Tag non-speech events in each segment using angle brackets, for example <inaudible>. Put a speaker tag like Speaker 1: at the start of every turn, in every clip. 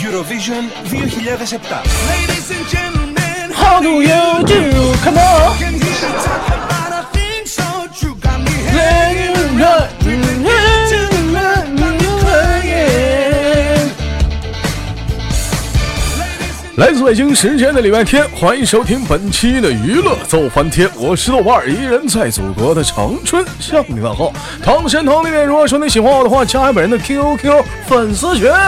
Speaker 1: Eurovision 2007.
Speaker 2: Ladies and gentlemen,
Speaker 3: How do you do? Come on,
Speaker 2: can hear you talk about a thing so true. Got me
Speaker 3: let
Speaker 2: hanging
Speaker 3: you not to love you again。
Speaker 4: 来自北京时间的礼拜天，欢迎收听本期的娱乐奏翻天，我是豆瓣儿，依然在祖国的长春向你问候。同声同点，如果说你喜欢我的话，加本人的 QQ 粉丝群。 <laughs>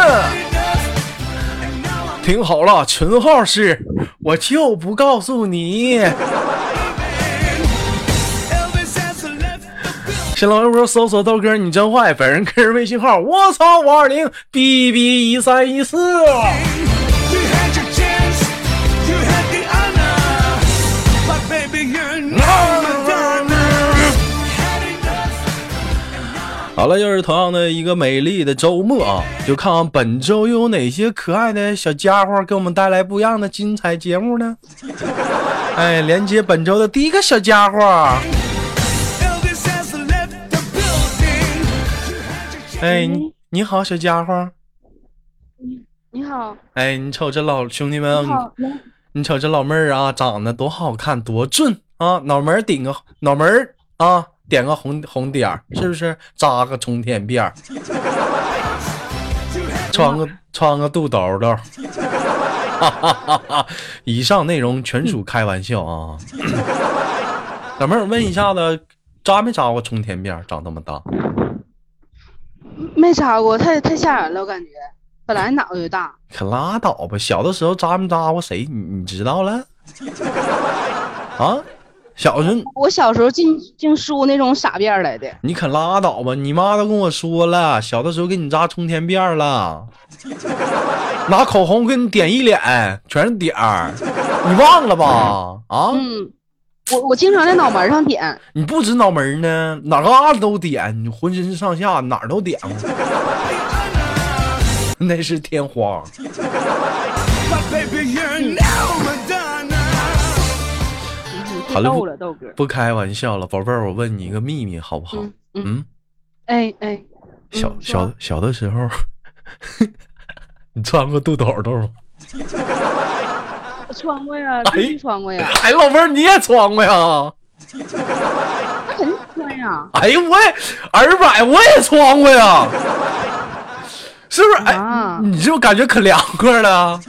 Speaker 4: 听好了，群号是，我就不告诉你。
Speaker 2: Elvis has left the
Speaker 4: 新浪微博搜索豆哥，你真坏。本人个人微信号：我操五二零 b b 一三一四。
Speaker 2: building. You had your chance, you had the honor, but baby you're not Madonna. Had enough.
Speaker 4: 好了，又是同样的一个美丽的周末啊，就看看本周又有哪些可爱的小家伙给我们带来不一样的精彩节目
Speaker 5: <laughs>
Speaker 4: 呢？哎，连接本周的第一个小家伙，
Speaker 2: Elvis has left the building. You had your chance.
Speaker 5: 嗯
Speaker 4: 哎，你你好，小家伙，
Speaker 5: 你好，
Speaker 4: 哎，你瞅这老兄弟们啊，
Speaker 5: 你好，你
Speaker 4: 你瞅这老妹儿啊，长得多好看，多俊啊，脑门儿顶个脑门儿啊，点个红红点儿，是不是？扎个冲天辫儿，穿个穿个肚兜兜。哈哈哈哈！ <laughs> 以上内容全属开玩笑啊。老妹儿，问一下子，扎没扎过冲天辫儿？长这么大，
Speaker 5: 没扎过，太太吓人了，我感觉。本来脑袋就大，
Speaker 4: 可拉倒吧！小的时候扎没扎过谁？你你知道了？啊，小时候
Speaker 5: 我小时候净净梳那种傻辫儿来的。
Speaker 4: 你可拉倒吧！你妈都跟我说了，小的时候给你扎冲天辫儿了，拿口红给你点一脸，全是点儿，你忘了吧？啊，
Speaker 5: 嗯，我我经常在脑门上点，
Speaker 4: 你不止脑门儿呢，哪嘎达都点，你浑身上下哪儿都点过， <laughs> 那是天花。
Speaker 2: But baby you're now Madonna.
Speaker 5: 你
Speaker 4: 好
Speaker 5: 太
Speaker 4: 了
Speaker 5: 逗
Speaker 4: 不
Speaker 5: 了，豆哥。
Speaker 4: 不开玩笑了，宝贝儿，我问你一个秘密好不好？
Speaker 5: 嗯嗯，
Speaker 4: 嗯，
Speaker 5: 哎哎，
Speaker 4: 小
Speaker 5: 嗯
Speaker 4: 小
Speaker 5: 说
Speaker 4: 小的时候， <laughs> 你穿过肚兜兜吗？
Speaker 5: 我穿过
Speaker 4: 哎
Speaker 5: 呀，必须穿过呀，
Speaker 4: 哎，老妹儿你也穿过呀？哎
Speaker 5: 那肯定穿呀。
Speaker 4: 哎呀，我也二百我也穿过呀，是不是？哎
Speaker 5: 啊，
Speaker 4: 你你这感觉可凉快了。啊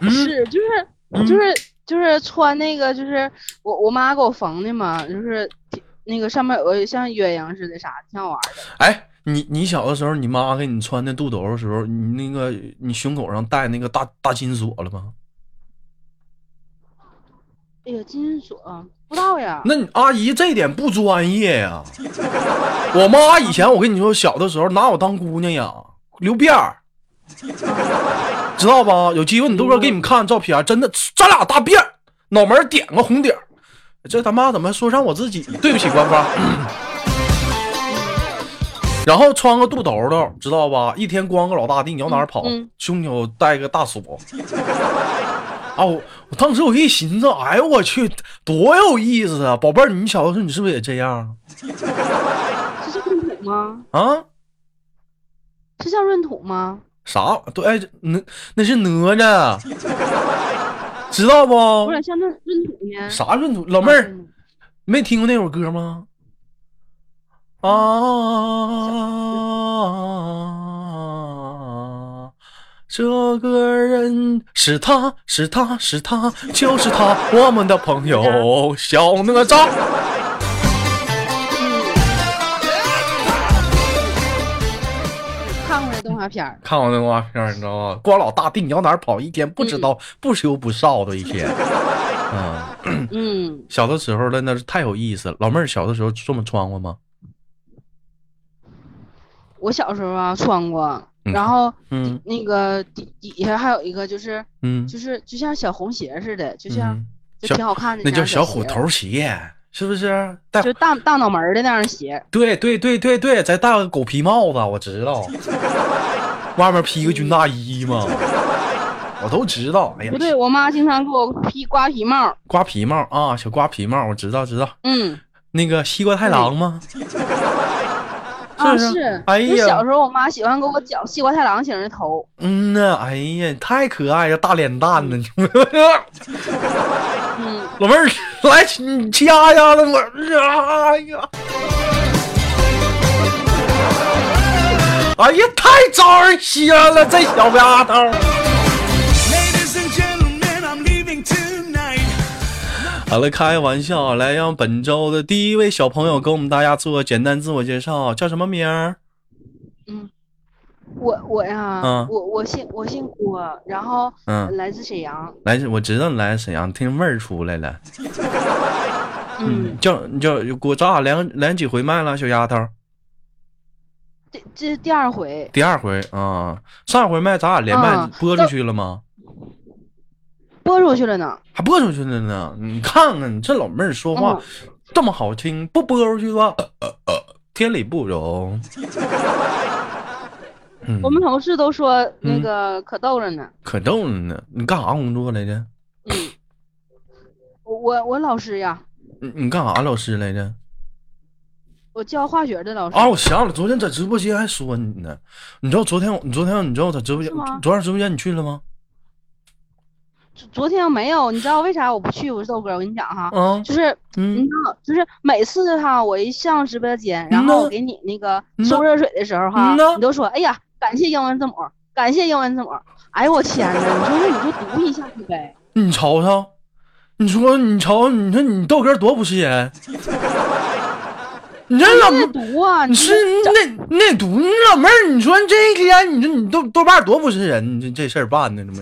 Speaker 4: 嗯
Speaker 5: 是，就是就是就是穿那个，就是我我妈给我缝的嘛，就是挺那个上面有个像鸳鸯似的啥，挺好玩的。
Speaker 4: 哎，你你小的时候，你妈给你穿那肚兜的时候，你那个你胸口上戴那个大大金锁了吗？
Speaker 5: 哎呀，金锁不知道呀。
Speaker 4: 那你阿姨这点不专业呀、我妈以前我跟你说，小的时候拿我当姑娘养，留辫儿，知道吧？有机会你豆哥给你们看照片，真的，咱俩大辫儿，脑门儿点个红点儿，这他妈怎么说上我自己？ <laughs> 对不起官方。然后穿个肚兜兜，知道吧？一天光个老大地，你要哪儿跑？
Speaker 5: 嗯嗯
Speaker 4: 胸口带个大锁。啊，我我当时我一寻思，哎呦我去，多有意思啊！宝贝儿，你小的时候你是不是也这样
Speaker 5: 这是闰土吗？
Speaker 4: 啊？啊
Speaker 5: 这叫闰土吗？
Speaker 4: 啥？对，哎，那那是哪吒，啊 <laughs> 知道
Speaker 5: 有
Speaker 4: 不？
Speaker 5: 点像那闰土呢。嗯
Speaker 4: 啥闰土？哦老妹儿，没听过那首歌吗？啊，这个人是他，是他，是他，就是他，我们的朋友小哪吒。
Speaker 5: 看过那动画片儿，
Speaker 4: 看我那动画片儿，你知道吗？光老大地，你要哪儿跑？一天不知道，不羞不臊的一天。嗯，
Speaker 5: 嗯，
Speaker 4: 小的时候的那是太有意思了。老妹儿小的时候这么穿过吗？
Speaker 5: 我小时候啊穿过，
Speaker 4: 嗯
Speaker 5: 然后
Speaker 4: 嗯
Speaker 5: 那个底底下还有一个就是
Speaker 4: 嗯，
Speaker 5: 就是就像小红鞋似的，就像
Speaker 4: 嗯
Speaker 5: 就
Speaker 4: 小
Speaker 5: 挺好看的
Speaker 4: 那
Speaker 5: 样
Speaker 4: 叫小
Speaker 5: 鞋
Speaker 4: 虎，头鞋，是不是？戴
Speaker 5: 就大大脑门儿的那样的鞋，
Speaker 4: 对对对对对，再戴个狗皮帽子，啊我知 <laughs> 道。外面披个军大衣嘛，我都知道。哎呀
Speaker 5: 不，对，我妈经常给我披瓜皮帽，
Speaker 4: 瓜皮帽啊，小瓜皮帽，我知道知道。
Speaker 5: 嗯，
Speaker 4: 那个西瓜太郎吗？是
Speaker 5: 啊，
Speaker 4: 是
Speaker 5: 是，
Speaker 4: 哎
Speaker 5: 就
Speaker 4: 呀
Speaker 5: 小时候我妈喜欢给我剪西瓜太郎型的头，
Speaker 4: 嗯呐，哎呀，太可爱了，大脸蛋呢，你
Speaker 5: <laughs> 嗯，
Speaker 4: <laughs> 老妹儿来，你掐呀，那我，哎呀，哎呀，太招人稀罕了，这小丫头。
Speaker 2: Ladies and gentlemen, I'm leaving tonight.
Speaker 4: 好了，开玩笑啊，来让本周的第一位小朋友给我们大家做个简单自我介绍，叫什么名儿？
Speaker 5: 我我呀，
Speaker 4: 嗯
Speaker 5: 我我姓我姓郭，然后
Speaker 4: 嗯
Speaker 5: 来自沈阳，
Speaker 4: 来，我知道你来沈阳，听味儿出来了。
Speaker 5: 嗯，
Speaker 4: 叫你叫给我咱俩连连几回麦了，小丫头？
Speaker 5: 这这是第二回，
Speaker 4: 第二回啊、上回麦咱俩连麦、
Speaker 5: 嗯
Speaker 4: 播出去了吗？
Speaker 5: 播出去了呢，
Speaker 4: 还播出去了呢？你看看你这老妹儿说话、
Speaker 5: 嗯
Speaker 4: 这么好听，不播出去吧，呃呃呃天理不容。嗯
Speaker 5: <laughs> 我，们同事都说那
Speaker 4: 嗯
Speaker 5: 个可逗了呢，
Speaker 4: 可逗了呢。你干啥工作来着？
Speaker 5: 嗯，我我我老师呀，
Speaker 4: 你你干啥老师来着？
Speaker 5: 我教化学的老师，
Speaker 4: 啊，我想起来，昨天在直播间还说你呢。你知道昨天我，你昨天你知道在直播间
Speaker 5: 是吗，
Speaker 4: 昨天直播间你去了吗？
Speaker 5: 昨昨天没有，你知道为啥我不去？我豆哥，我跟你讲哈，
Speaker 4: 啊，
Speaker 5: 就是你
Speaker 4: 嗯
Speaker 5: 知道，就是每次哈，我一上直播间，然
Speaker 4: 呐
Speaker 5: 后我给你那个
Speaker 4: 嗯呐
Speaker 5: 收热水的时候哈
Speaker 4: 嗯呐，
Speaker 5: 你都说，哎呀，感谢英文字母，感谢英文字母。哎呦我天呐，你说那你就读一下去呗。
Speaker 4: 嗯你瞅瞅，你说你瞅瞅，你说你豆哥多不是人，你这老妹
Speaker 5: 那
Speaker 4: 儿
Speaker 5: 读啊，
Speaker 4: 你是那那犊你老妹儿，你说这一天，你说你豆豆瓣儿多不是人，你这这事儿办的，这么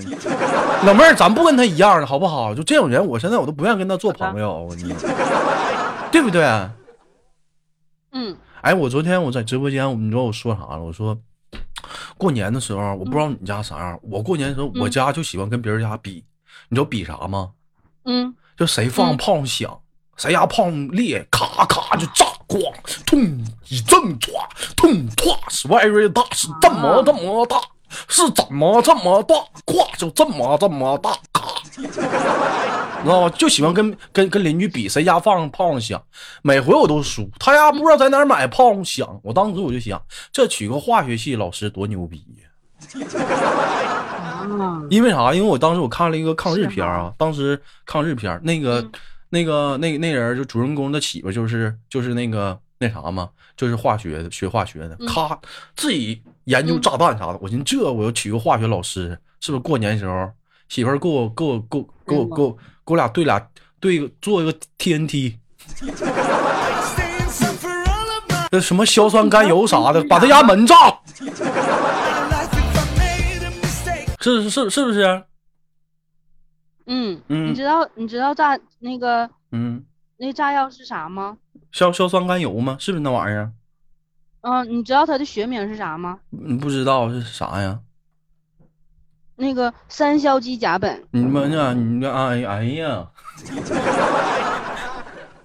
Speaker 4: 老妹儿，咱不跟他一样的好不好？就这种人，我现在我都不愿意跟他做朋友，我跟你讲对不对？啊
Speaker 5: 嗯
Speaker 4: 哎，我昨天我在直播间，你知道我说啥了？我说过年的时候，我不知道你家啥样，我过年的时候，我家就喜欢跟别人家比，你知道比啥吗？
Speaker 5: 嗯，
Speaker 4: 就谁放
Speaker 5: 嗯
Speaker 4: 炮响，谁家炮裂，咔咔就炸，咣，痛一阵抓，痛唰，是外瑞大，是这么这么大，是怎么这么大，咵就这么这么大，咔，知道吗？就喜欢跟跟跟邻居比谁家放炮响，每回我都输，他家不知道在哪儿买炮响，我当时我就想，这娶个化学系老师多牛逼呀！
Speaker 5: 啊，
Speaker 4: 因为啥？因为我当时我看了一个抗日片儿
Speaker 5: 是
Speaker 4: 啊，当时抗日片儿那个、
Speaker 5: 嗯
Speaker 4: 那个那那人儿就主人公的媳妇就是就是那个那啥嘛，就是化学的学化学的，
Speaker 5: 嗯
Speaker 4: 咔自己研究炸弹啥的。我寻思这我要娶个化学老师，是不是过年时候媳妇儿给我给我给我给我给我给我俩对俩对做一个 TNT，
Speaker 2: Stay inside for all of my
Speaker 4: 那什么硝酸甘油啥的，把他家门炸，
Speaker 2: life if I made a mistake.
Speaker 4: 是是是是不是？
Speaker 5: 嗯，
Speaker 4: 嗯
Speaker 5: 你知道你知道炸那个
Speaker 4: 嗯，
Speaker 5: 那炸药是啥吗？
Speaker 4: 硝硝酸甘油吗？是不是那玩意儿？
Speaker 5: 嗯，你知道它的学名是啥吗？
Speaker 4: 嗯，不知道是啥呀？
Speaker 5: 那个三硝基甲苯。
Speaker 4: 你们啊，你们啊，哎哎
Speaker 5: <laughs>
Speaker 4: 呀，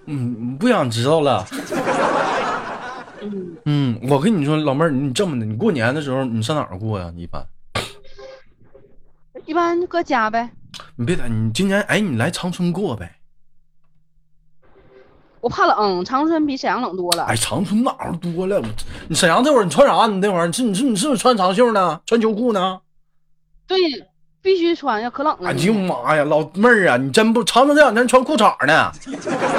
Speaker 4: 嗯，不想知道了。
Speaker 5: 嗯，
Speaker 4: <laughs> 嗯，我跟你说，老妹儿，你这么的，你过年的时候你上哪儿过呀、你一般，
Speaker 5: 一般搁家呗。
Speaker 4: 你别在，你今年哎，你来长春过呗。
Speaker 5: 我怕冷，长春比沈阳冷多了。
Speaker 4: 哎，长春哪儿多了？你沈阳这会儿你穿啥？你这会儿你是你是你是不是穿长袖呢？穿秋裤呢？
Speaker 5: 对，必须穿呀，可冷了。
Speaker 4: 哎呦妈呀，老妹儿啊，你真不长春这两天穿裤衩呢，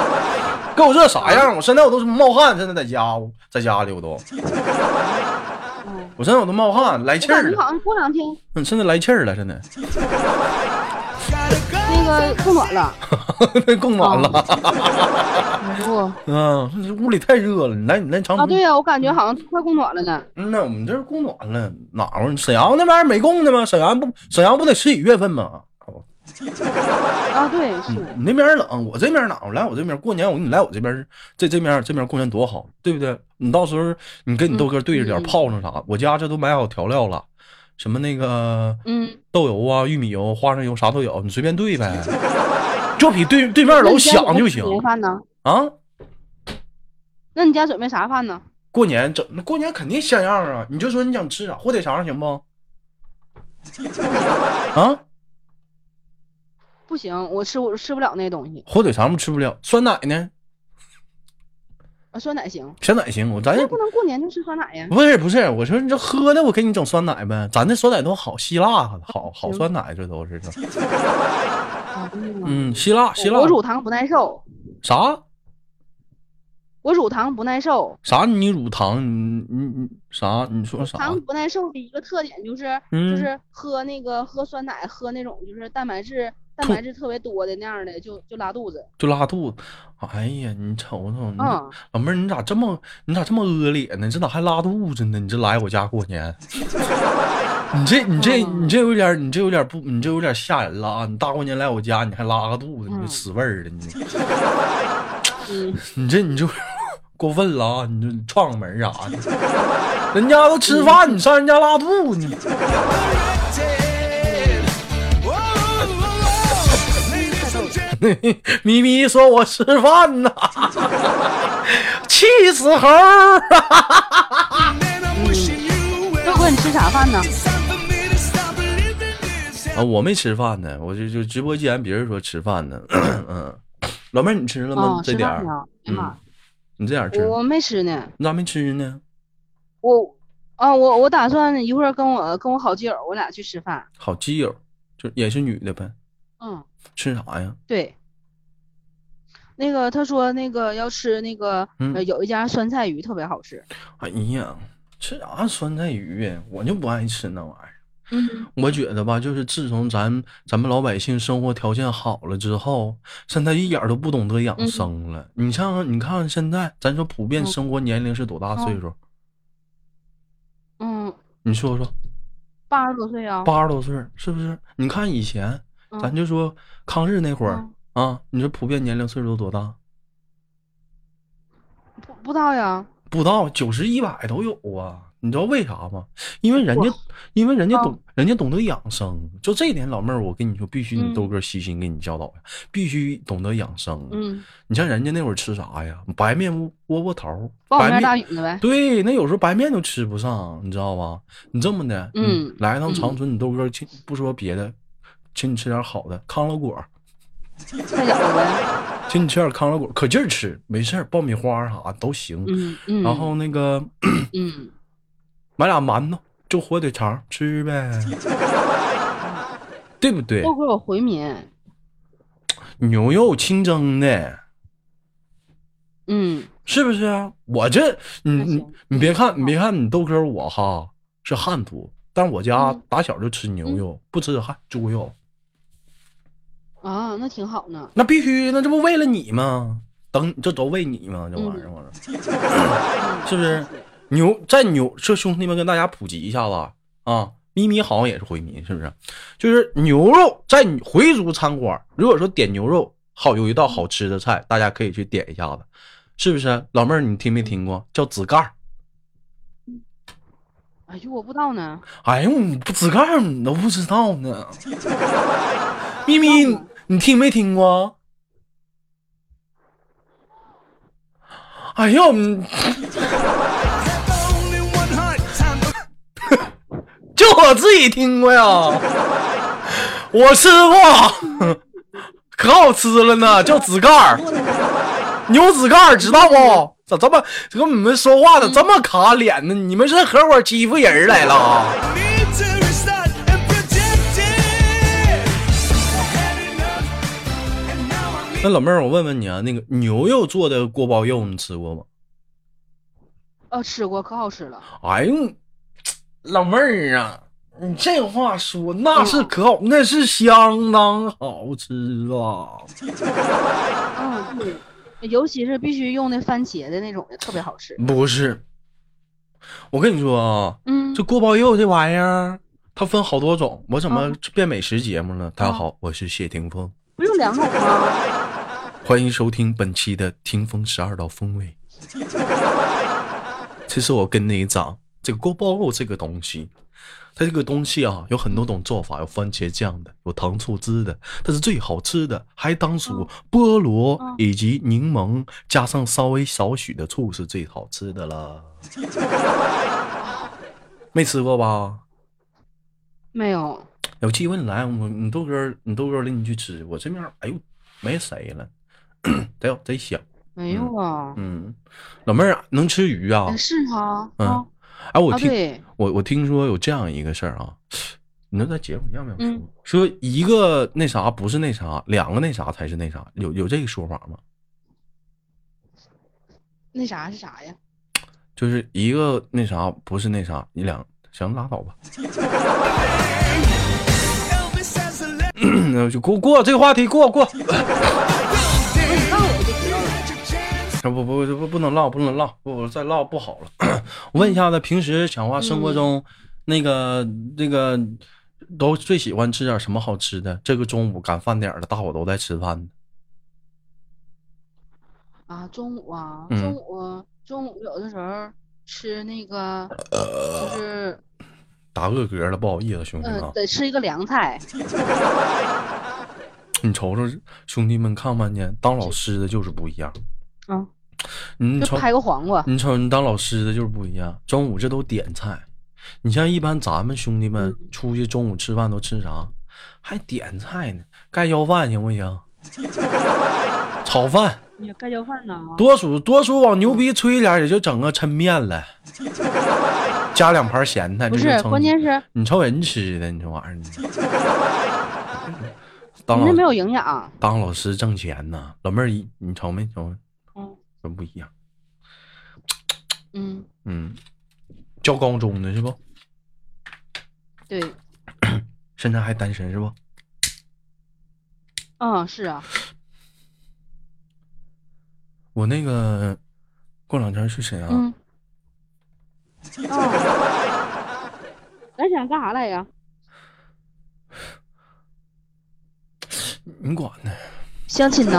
Speaker 4: <laughs> 给我热啥样？我现在我都是冒汗，现在在家我在家里我都，
Speaker 5: 嗯
Speaker 4: 我现在我都冒汗，来
Speaker 5: 我
Speaker 4: 气
Speaker 5: 感
Speaker 4: 儿
Speaker 5: 觉
Speaker 4: 了
Speaker 5: 好。像过两天
Speaker 4: 嗯，现在 <laughs> 来气儿了，真的，
Speaker 2: Gotta go.
Speaker 5: 那个供暖了。
Speaker 4: 供暖
Speaker 5: 哦
Speaker 4: 了。
Speaker 5: 不
Speaker 4: <laughs> 嗯，这屋里太热了，你来你来长
Speaker 5: 哦啊，
Speaker 4: 春。
Speaker 5: 对呀，我感觉好像快供暖了呢。
Speaker 4: 嗯呐，我们这儿供暖了，哪玩意儿？沈阳那边没供呢吗？沈阳不，沈阳不得十一月份吗？哦
Speaker 5: 啊，对，是
Speaker 4: 你那边冷，我这边哪？来我这边过年，我给你来我这边，这这边这边过年多好，对不对？你到时候你跟你豆哥对着点
Speaker 5: 嗯
Speaker 4: 泡上啥，我家这都买好调料了，什么那个
Speaker 5: 嗯，
Speaker 4: 豆油啊、玉米油、花生油啥都有，你随便兑
Speaker 5: <laughs>
Speaker 4: 呗，就比对对面楼响就行
Speaker 5: 那你家准备
Speaker 4: 啊。
Speaker 5: 啥饭呢？那你家准备啥饭呢？
Speaker 4: 过年整，那过年肯定像样啊！你就说你想吃啥，火腿肠行
Speaker 5: <laughs>
Speaker 4: 不？啊，
Speaker 5: 不行，我吃我吃不了那东西。
Speaker 4: 火腿肠不吃不了，酸奶呢？
Speaker 5: 啊酸奶行，
Speaker 4: 酸奶行，我咱
Speaker 5: 那不能过年就吃酸奶呀？
Speaker 4: 不是不是，我说你这喝的，我给你整酸奶呗，咱这酸奶都好希腊，好好酸奶，这都是这，
Speaker 5: 啊，真的吗
Speaker 4: 嗯，希腊希腊
Speaker 5: 我乳糖不耐受，
Speaker 4: 啥
Speaker 5: 我乳糖不耐受，
Speaker 4: 啥你乳糖你你你啥你说啥
Speaker 5: 糖不耐受的一个特点就是，
Speaker 4: 嗯
Speaker 5: 就是喝那个喝酸奶，喝那种就是蛋白质蛋白质特别多的那样的，就就拉肚子。
Speaker 4: 就拉肚子？哎呀，你瞅瞅你
Speaker 5: 嗯，
Speaker 4: 老妹儿，你咋这么你咋这么恶劣呢？你这咋还拉肚子呢？你这来我家过年， <laughs> 你这你这
Speaker 5: 嗯
Speaker 4: 你这有点儿你这有点儿不你这有点儿吓人了啊！你大过年来我家你还拉个肚子，你这
Speaker 5: 嗯
Speaker 4: 死味儿的你。 <laughs>
Speaker 5: 嗯，
Speaker 4: 你这你就过分了啊！你这撞个门啥的， <laughs> 人家都吃饭，你上人家拉肚子，你 <laughs>
Speaker 2: Ladies and gentlemen.
Speaker 4: 咪咪说我吃饭呢， <laughs> 气死猴儿啊！
Speaker 2: And I'm wishing you
Speaker 5: 豆
Speaker 2: well.
Speaker 5: 哥，你吃啥
Speaker 4: <laughs>
Speaker 5: 饭呢？
Speaker 2: It's time for me to stop living this.
Speaker 4: 啊我没吃饭呢，我就就直播间别人说吃饭呢， <coughs> 嗯，老妹儿你吃了吗？
Speaker 5: 啊，
Speaker 4: 这
Speaker 5: 吃
Speaker 4: 点
Speaker 5: 饭
Speaker 4: 儿，
Speaker 5: 呢？哎呀妈，
Speaker 4: 你这点儿吃，
Speaker 5: 我我没吃呢，
Speaker 4: 你咋没吃呢？
Speaker 5: 我啊我我打算一会儿跟我跟我好基友，我俩去吃饭。
Speaker 4: 好基友，就也是女的呗，
Speaker 5: 嗯，
Speaker 4: 吃啥呀？
Speaker 5: 对。那个他说那个要吃那个、
Speaker 4: 嗯
Speaker 5: 呃有一家酸菜鱼特别好吃。
Speaker 4: 哎呀，吃啥酸菜鱼呀？我就不爱吃那玩意儿。
Speaker 5: 嗯，
Speaker 4: 我觉得吧，就是自从咱咱们老百姓生活条件好了之后，现在一点儿都不懂得养生了。你像你看看现在，咱说普遍
Speaker 5: 嗯哦
Speaker 4: 生活年龄是多大岁数？
Speaker 5: 嗯，
Speaker 4: 你说说，
Speaker 5: 八十多岁啊。
Speaker 4: 八十多岁儿是不是？你看以前，
Speaker 5: 嗯
Speaker 4: 咱就说抗日那会儿、
Speaker 5: 嗯
Speaker 4: 啊，你说普遍年龄岁数都多大？
Speaker 5: 不不知道呀。
Speaker 4: 不知道九十一百都有啊。你知道为啥吗？因为人家
Speaker 5: 哇，
Speaker 4: 因为人家
Speaker 5: 嗯
Speaker 4: 懂，人家懂得养生。就这一点，老妹儿，我跟你说，必须你
Speaker 5: 嗯
Speaker 4: 豆哥悉心给你教导呀，必须懂得养生。
Speaker 5: 嗯，
Speaker 4: 你像人家那会儿吃啥呀？白面窝窝窝头，
Speaker 5: 苞米
Speaker 4: 白
Speaker 5: 面大
Speaker 4: 面
Speaker 5: 饼的呗。
Speaker 4: 对，那有时候白面都吃不上，你知道吧？你这么的，
Speaker 5: 嗯
Speaker 4: 你来一趟长春，你豆哥请不说别的，请你吃点好的，康乐果，
Speaker 5: 菜饺子呗。
Speaker 4: 请你吃点康乐果，可劲儿吃，没事儿，爆米花啥都行。
Speaker 5: 嗯嗯。
Speaker 4: 然后那个
Speaker 5: 嗯，
Speaker 4: 买俩馒头，就火腿肠吃呗，
Speaker 5: <laughs>
Speaker 4: 对不对
Speaker 5: 豆？哥我回民。
Speaker 4: 牛肉清蒸的。
Speaker 5: 嗯，
Speaker 4: 是不是啊？我这，你
Speaker 5: 那
Speaker 4: 你
Speaker 5: 行
Speaker 4: 你别看，你
Speaker 5: 嗯
Speaker 4: 别看你豆哥我哈是汉族，但我家
Speaker 5: 嗯
Speaker 4: 打小就吃牛肉，不吃汉猪肉，
Speaker 5: 啊，那挺好呢。
Speaker 4: 那必须，那这不为了你吗？等这都为你吗？这玩意儿，
Speaker 5: 嗯
Speaker 4: 我说 <coughs> 是不是？牛在牛，这兄弟们跟大家普及一下子啊，咪咪好像也是回民，是不是？就是牛肉在回族餐馆，如果说点牛肉好有一道好吃的菜，大家可以去点一下子，是不是？老妹儿，你听没听过叫紫盖儿？
Speaker 5: 哎呦，我不知道呢。
Speaker 4: 哎呦，你不自个儿你都不知道呢。咪咪，你你听没听过？哎呦，你
Speaker 2: Only one heart, time for
Speaker 4: 就我自己听过呀，我吃过，可好吃了呢，叫紫盖儿，牛紫盖儿，知道不？咋这么跟你们说话咋这么卡脸呢？你们是合伙欺负人来了啊？
Speaker 2: me to restart and protect it. I had enough, and now I need
Speaker 4: 那老妹儿，我问问你啊，那个牛肉做的锅包肉你吃过吗？
Speaker 5: 呃，吃过，可好吃了。
Speaker 4: 哎呦，老妹儿啊，你这话说那是可好，那是相当好吃啊！哦
Speaker 5: 嗯，对，尤其是必须用那番茄的那种的，特别好吃。
Speaker 4: 不是，我跟你说啊，
Speaker 5: 嗯
Speaker 4: 这锅包肉这玩意儿，它分好多种。我怎么
Speaker 5: 嗯
Speaker 4: 变美食节目了？大家好，我是谢霆锋，
Speaker 5: 不用两种
Speaker 4: 嗯
Speaker 5: 吗？
Speaker 4: 欢迎收听本期的《霆锋十二道风味》。其实我跟你讲，这个锅包肉这个东西，它这个东西啊，有很多种做法，有番茄酱的，有糖醋汁的，但是最好吃的还当属菠萝
Speaker 5: 嗯
Speaker 4: 以及柠檬，加上稍微少许的醋是最好吃的了。没吃过吧？
Speaker 5: 没有。
Speaker 4: 有机会你来，我你 <coughs> 豆哥，你豆哥领你去吃。我这面儿，哎呦，没谁了，得有得小，
Speaker 5: 没有啊，
Speaker 4: 嗯，老妹儿能吃鱼啊
Speaker 5: 哎？是哈
Speaker 4: 嗯
Speaker 5: 啊
Speaker 4: 哎，我
Speaker 5: 啊
Speaker 4: 听、
Speaker 5: 对，
Speaker 4: 我我听说有这样一个事儿啊，你说在节目上没有说、
Speaker 5: 嗯
Speaker 4: 说一个那啥不是那啥，两个那啥才是那啥，有有这个说法吗？
Speaker 5: 那啥是啥呀？
Speaker 4: 就是一个那啥不是那啥，你两行拉倒吧， <coughs>
Speaker 2: Elvis has a letter
Speaker 4: 嗯就过过这个话题过过，啊不不不不不能唠不能唠，不不再唠不好了。我问一下子，平时讲话生
Speaker 5: 嗯
Speaker 4: 活中、那个那个都最喜欢吃点什么好吃的？这个中午赶饭点儿了，大伙都在吃饭呢。
Speaker 5: 啊，中午啊，
Speaker 4: 嗯
Speaker 5: 中午中午有的时候吃那个，
Speaker 4: 呃
Speaker 5: 就是
Speaker 4: 打饿嗝了，不好意思，兄弟们
Speaker 5: 嗯
Speaker 4: 啊。
Speaker 5: 得吃一个凉菜，
Speaker 4: 你瞅瞅，兄弟们看没看见？当老师的就是不一样。
Speaker 5: 嗯，
Speaker 4: 你
Speaker 5: 就
Speaker 4: 瞅，
Speaker 5: 拍个黄瓜，
Speaker 4: 你瞅，你当老师的就是不一样。中午这都点菜，你像一般咱们兄弟们出去中午吃饭都吃啥？还点菜呢？盖浇饭行不行？ <laughs> 炒饭，
Speaker 5: 你盖浇饭呢？
Speaker 4: 多数多数往牛逼吹一点，也就整个抻面了，加两盘咸菜。
Speaker 5: 不，
Speaker 4: 这就是成
Speaker 5: 关键是
Speaker 4: 你瞅人吃的，你这玩意儿，
Speaker 5: <laughs>
Speaker 4: 你当
Speaker 5: 你
Speaker 4: 老
Speaker 5: 那
Speaker 4: 师
Speaker 5: 没有营养，
Speaker 4: 当老师挣钱呐，老妹儿，你你瞅没瞅？
Speaker 5: 嗯，
Speaker 4: 真不一样。
Speaker 5: 嗯，
Speaker 4: 嗯，教高中的是不？
Speaker 5: 对，
Speaker 4: 现在还单身是不？
Speaker 5: 嗯，是啊，
Speaker 4: 我那个过两天去啊沈阳，
Speaker 5: <laughs> 嗯，哦，咱想干啥来呀？
Speaker 4: 你管呢？
Speaker 5: 相亲呢？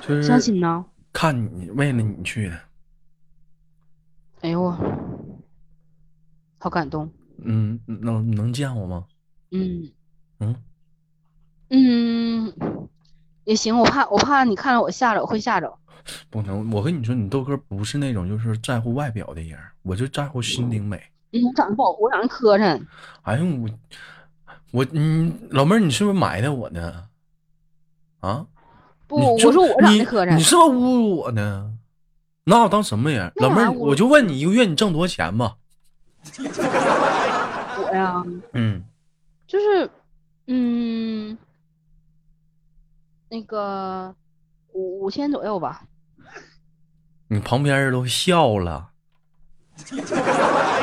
Speaker 4: 就
Speaker 5: 相
Speaker 4: 是
Speaker 5: 亲呢？
Speaker 4: 看你为了你去的。
Speaker 5: 哎呦我，好感动，
Speaker 4: 嗯，能能见我吗？
Speaker 5: 嗯
Speaker 4: 嗯，
Speaker 5: 嗯，也行，我怕我怕你看着我吓着，我会吓着，
Speaker 4: 不能。我跟你说，你豆哥不是那种就是在乎外表的人，我就在乎心灵美。
Speaker 5: 嗯，我长得不好，我长得磕碜，
Speaker 4: 哎呦我我你老妹儿，你是不是埋汰我呢？啊？
Speaker 5: 不，
Speaker 4: 你
Speaker 5: 我
Speaker 4: 就
Speaker 5: 说我长
Speaker 4: 你
Speaker 5: 得磕
Speaker 4: 你
Speaker 5: 碜，
Speaker 4: 是不是侮辱我呢？拿我当什么人？
Speaker 5: 那
Speaker 4: 老妹儿，
Speaker 5: 玩意儿我
Speaker 4: 我就问你，一个月你挣多少钱吧？
Speaker 5: 我呀，
Speaker 4: 嗯，
Speaker 5: 就是，嗯，那个五五千左右吧，
Speaker 4: 你旁边人都笑了。
Speaker 5: 不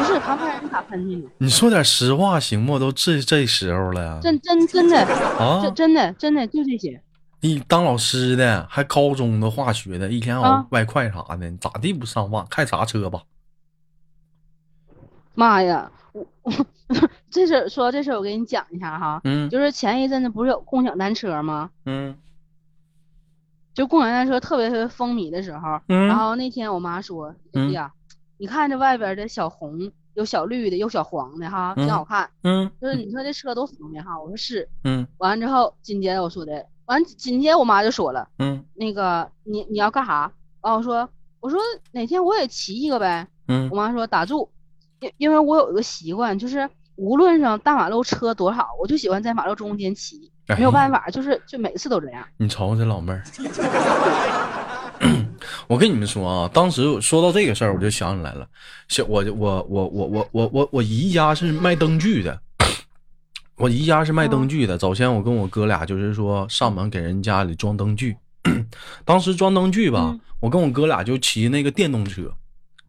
Speaker 5: 是旁边人打喷嚏呢，
Speaker 4: 你说点实话行不？都这这时候了
Speaker 5: 真真真的，
Speaker 4: 啊
Speaker 5: 真！真的真的就这些，
Speaker 4: 你当老师的，还高中的化学的，一天往
Speaker 5: 啊
Speaker 4: 外快啥的，你咋地不上万？开啥车吧？
Speaker 5: 妈呀，我 <laughs> 这事儿说到这事儿我给你讲一下哈，
Speaker 4: 嗯
Speaker 5: 就是前一阵子不是有共享单车吗？
Speaker 4: 嗯
Speaker 5: 就共享单车特别特别风靡的时候，
Speaker 4: 嗯
Speaker 5: 然后那天我妈说：“哎
Speaker 4: 嗯
Speaker 5: 呀，你看这外边的小红，有小绿的，有小黄的哈，
Speaker 4: 嗯
Speaker 5: 挺好看。
Speaker 4: 嗯
Speaker 5: 就是你说这车多方便哈。”我说是。
Speaker 4: 嗯
Speaker 5: 完之后，紧接着我说的，完紧接着我妈就说了
Speaker 4: 嗯：“
Speaker 5: 那个你你要干啥？”完我说：“我说哪天我也骑一个呗。”
Speaker 4: 嗯
Speaker 5: 我妈说：“打住，因因为我有一个习惯，就是无论上大马路车多少，我就喜欢在马路中间骑，
Speaker 4: 哎
Speaker 5: 没有办法，就是就每次都这样。
Speaker 4: 你瞅瞅这老妹儿， <coughs> 我跟你们说啊，当时我说到这个事儿，我就想起来了，小我我我我我我我我姨家是卖灯具的，我姨家是卖灯具的。早先我跟我哥俩就是说上门给人家里装灯具，当时装灯具吧，我跟我哥俩就骑那个电动车，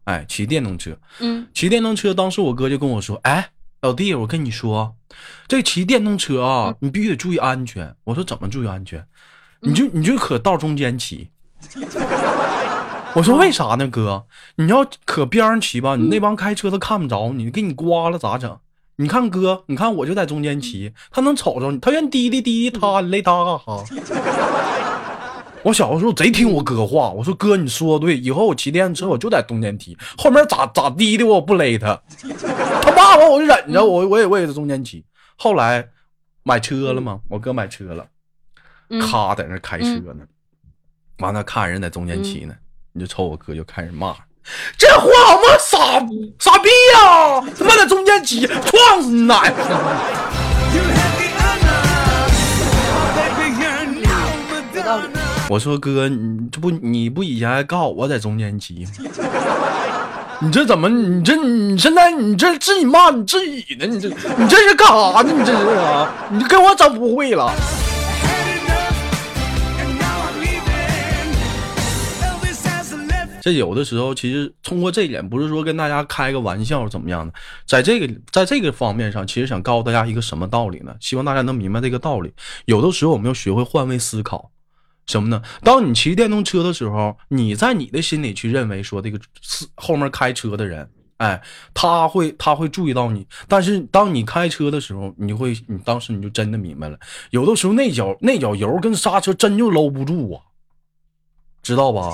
Speaker 4: 哎，骑电动车，
Speaker 5: 嗯
Speaker 4: 骑电动车，当时我哥就跟我说：“哎，老弟，我跟你说，这骑电动车啊，你必须得注意安全。”我说：“怎么注意安全？你就你就可道中间骑。”我说：“为啥呢，哥？你要可边上骑吧，你那帮开车的看不着你，给你刮了咋整？你看哥，你看我就在中间骑，他能瞅着你，他愿滴滴滴滴他，你累他干哈？”我小的时候贼听我哥话，我说哥你说的对，以后我骑电动车我就在中间骑，后面咋咋滴的我也不勒他，他骂我我就忍着，我我也我也在中间骑。后来买车了嘛，我哥买车了，
Speaker 5: 嗯，
Speaker 4: 咔在那儿开车呢，完了看人在中间骑呢，你就瞅我哥就开始骂，这货好妈傻傻逼呀、他妈在中间骑，撞死你奶奶！
Speaker 2: You had the honor, baby, you're now Madonna.
Speaker 4: 我说哥，你这不你不以前还告我在中间骑吗？你这怎么？你这你现在你这自己骂你自己呢？你这你这是干啥呢？你这是啊？你这给我整不会了。这有的时候其实通过这一点，不是说跟大家开个玩笑怎么样的，在这个在这个方面上，其实想告诉大家一个什么道理呢？希望大家能明白这个道理。有的时候我们要学会换位思考，什么呢？当你骑电动车的时候，你在你的心里去认为说这个是后面开车的人。哎，他会他会注意到你，但是当你开车的时候，你会你当时你就真的明白了，有的时候那脚那脚油跟刹车真就搂不住啊，知道吧？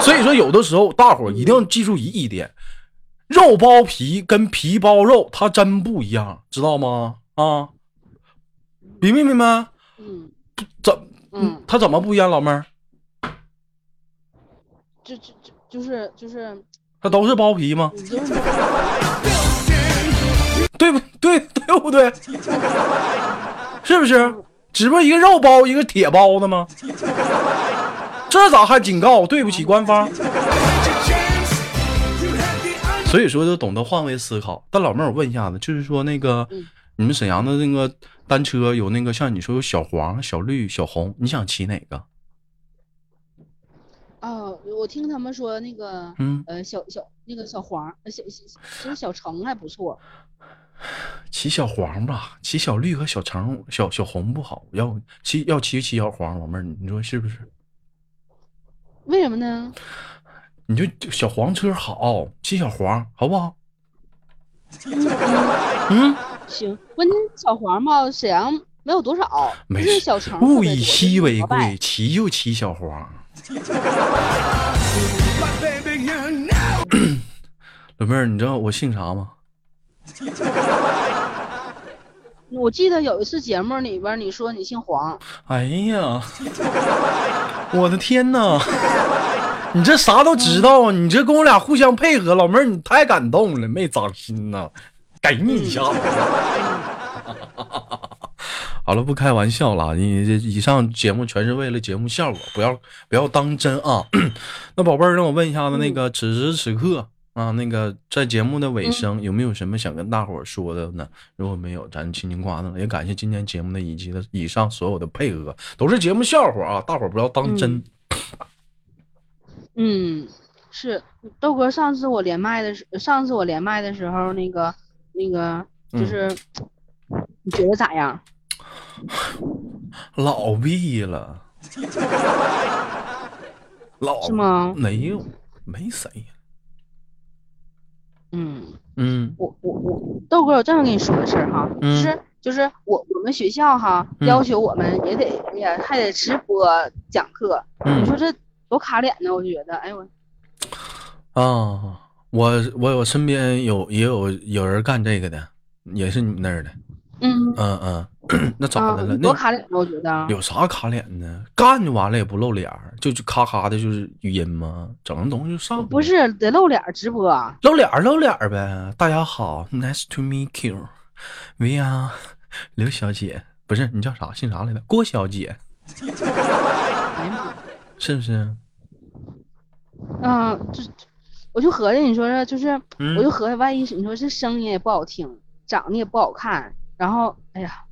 Speaker 4: 所以说，有的时候大伙儿一定要记住一一点，肉包皮跟皮包肉它真不一样，知道吗？啊，明白明白？
Speaker 5: 嗯
Speaker 4: 怎
Speaker 5: 嗯，
Speaker 4: 它怎么不一样，老妹儿？
Speaker 5: 就就就就是就是
Speaker 4: 它都是包皮吗？
Speaker 5: 你就是
Speaker 4: 对不对？对不对？是不是？只不过一个肉包，一个铁包的吗？这咋还警告？对不起，官方。所以说，就懂得换位思考。但老妹儿，我问一下子，就是说那个，你们沈阳的那个单车有那个，像你说有小黄、小绿、小红，你想骑哪个？
Speaker 5: 哦，我听他们说那个
Speaker 4: 嗯
Speaker 5: 呃小小那个小黄呃小小就是小程还不错，
Speaker 4: 骑小黄吧，骑小绿和小橙、小小红不好，要骑要骑骑小黄，老妹儿，你说是不是？
Speaker 5: 为什么呢？
Speaker 4: 你就就小黄车好，骑小黄好不好？嗯，
Speaker 5: 行，关键小黄吧，沈阳没有多少，
Speaker 4: 没
Speaker 5: 就是
Speaker 4: 事
Speaker 5: 小程
Speaker 4: 物
Speaker 5: 特别
Speaker 4: 以
Speaker 5: 多
Speaker 4: 稀为。
Speaker 5: 就是摩
Speaker 4: 贵，
Speaker 5: 拜
Speaker 4: 骑就骑小黄。老妹儿，你知道我姓啥吗？
Speaker 5: 我记得有一次节目里边你说你姓黄，
Speaker 4: 哎呀，我的天呐！你这啥都知道啊！你这跟我俩互相配合，老妹儿你太感动了，没长心呐，给你一下。 <laughs> 好了，不开玩笑了，你这以上节目全是为了节目效果，不要不要当真啊。 <clears throat> 那宝贝儿，让我问一下子，那个此时此刻啊，那个在节目的尾声，有没有什么想跟大伙儿说的呢？如果没有，咱轻轻挂断了。也感谢今天节目的以及的以上所有的配合，都是节目笑话啊，大伙儿不要当真。
Speaker 5: 嗯，是豆哥上次我连麦的时，上次我连麦的时候那个那个就
Speaker 4: 嗯
Speaker 5: 是、你觉得咋样？
Speaker 4: 老毕
Speaker 5: <laughs>
Speaker 4: 了，老
Speaker 5: 是吗
Speaker 4: 没有，没谁。
Speaker 5: 嗯。
Speaker 4: 嗯
Speaker 5: 我我我，豆哥，我正好跟你说个事儿哈，就
Speaker 4: 嗯
Speaker 5: 是就是我我们学校哈，
Speaker 4: 嗯
Speaker 5: 要求我们也得哎呀还得直播讲课，你
Speaker 4: 嗯
Speaker 5: 说这多卡脸呢？我觉得，哎呦我，
Speaker 4: 啊，我我我身边有也有有人干这个的，也是你们那儿的。
Speaker 5: 嗯
Speaker 4: 嗯嗯， <coughs> 那咋
Speaker 5: 啊
Speaker 4: 的了？，
Speaker 5: 多
Speaker 4: 那
Speaker 5: 卡脸呢？啊我觉得，
Speaker 4: 有啥卡脸呢？干就完了也不露脸儿，就就咔咔的，就是语音吗？整那东西就上。
Speaker 5: 不是得露脸儿直播啊，
Speaker 4: 露脸儿露脸儿呗。大家好，Nice to meet you，We are 刘小姐，不是你叫啥？姓啥来着？郭小姐
Speaker 5: 哎呀妈，
Speaker 4: 是不是？
Speaker 5: 嗯，这这我就合计你说这就是，
Speaker 4: 嗯
Speaker 5: 我就合计万一是你说这声音也不好听，长得也不好看，然后哎呀，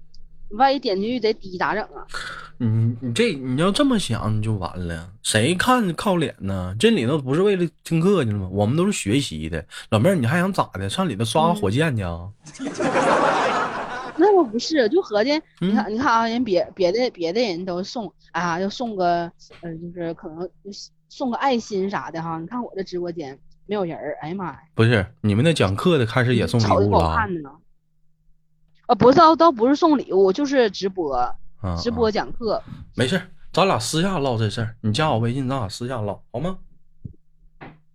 Speaker 5: 万一点击率得低咋整啊？
Speaker 4: 你你这你要这么想你就完了，谁看靠脸呢？这里头不是为了听课去了吗？我们都是学习的。老妹儿，你还想咋的？上里头刷个
Speaker 5: 嗯
Speaker 4: 火箭去啊？
Speaker 5: 那倒不是，就合计你
Speaker 4: 嗯
Speaker 5: 看，你看啊，人别别的别的人都送啊，要送个呃，就是可能就是送个爱心啥的哈。你看我这直播间没有人儿，哎呀妈呀，
Speaker 4: 不是，你们那讲课的开始也送
Speaker 5: 瞅
Speaker 4: 礼
Speaker 5: 着
Speaker 4: 物
Speaker 5: 不
Speaker 4: 了
Speaker 5: 好
Speaker 4: 啊
Speaker 5: 看？的呢。啊，不是，倒倒不是送礼物，就是直播，
Speaker 4: 啊
Speaker 5: 直播讲课。
Speaker 4: 没事儿，咱俩私下唠这事儿。你加我微信，咱俩私下唠好吗？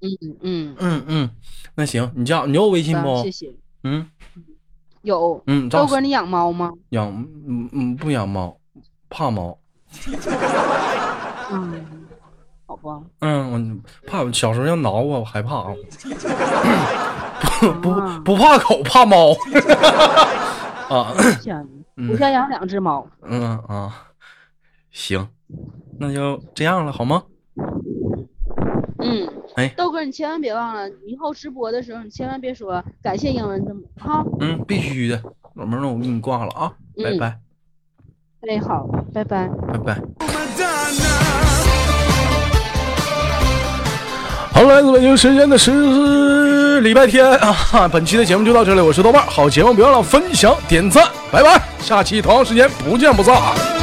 Speaker 5: 嗯嗯，
Speaker 4: 嗯嗯，那行，你加你有微信
Speaker 5: 行
Speaker 4: 不
Speaker 5: 谢？谢。
Speaker 4: 嗯
Speaker 5: 有，
Speaker 4: 嗯，咱
Speaker 5: 豆
Speaker 4: 俩
Speaker 5: 哥，你养猫吗？
Speaker 4: 养嗯嗯不养猫，怕猫。
Speaker 5: 嗯，好吧。
Speaker 4: 嗯，我怕小时候要挠我，我害怕啊。 <coughs> 不
Speaker 5: 啊
Speaker 4: 不不怕狗，怕猫。 <laughs> 啊，
Speaker 5: 天哪，
Speaker 4: 嗯
Speaker 5: 我家养两只猫。
Speaker 4: 嗯啊，行，那就这样了，好吗？
Speaker 5: 嗯，
Speaker 4: 哎
Speaker 5: 豆哥，你千万别忘了，以后直播的时候你千万别说感谢英文字母哈。
Speaker 4: 嗯，必须的。老妹儿，那我给你挂了啊，拜
Speaker 5: 嗯
Speaker 4: 拜，
Speaker 5: 哎，好，拜拜。
Speaker 4: 拜拜。
Speaker 2: Madonna.
Speaker 4: 好了，来自北京时间的十礼拜天啊，哈本期的节目就到这里，我是豆瓣儿，好节目别忘了分享、点赞，拜拜，下期同样时间不见不散啊。
Speaker 2: Oh,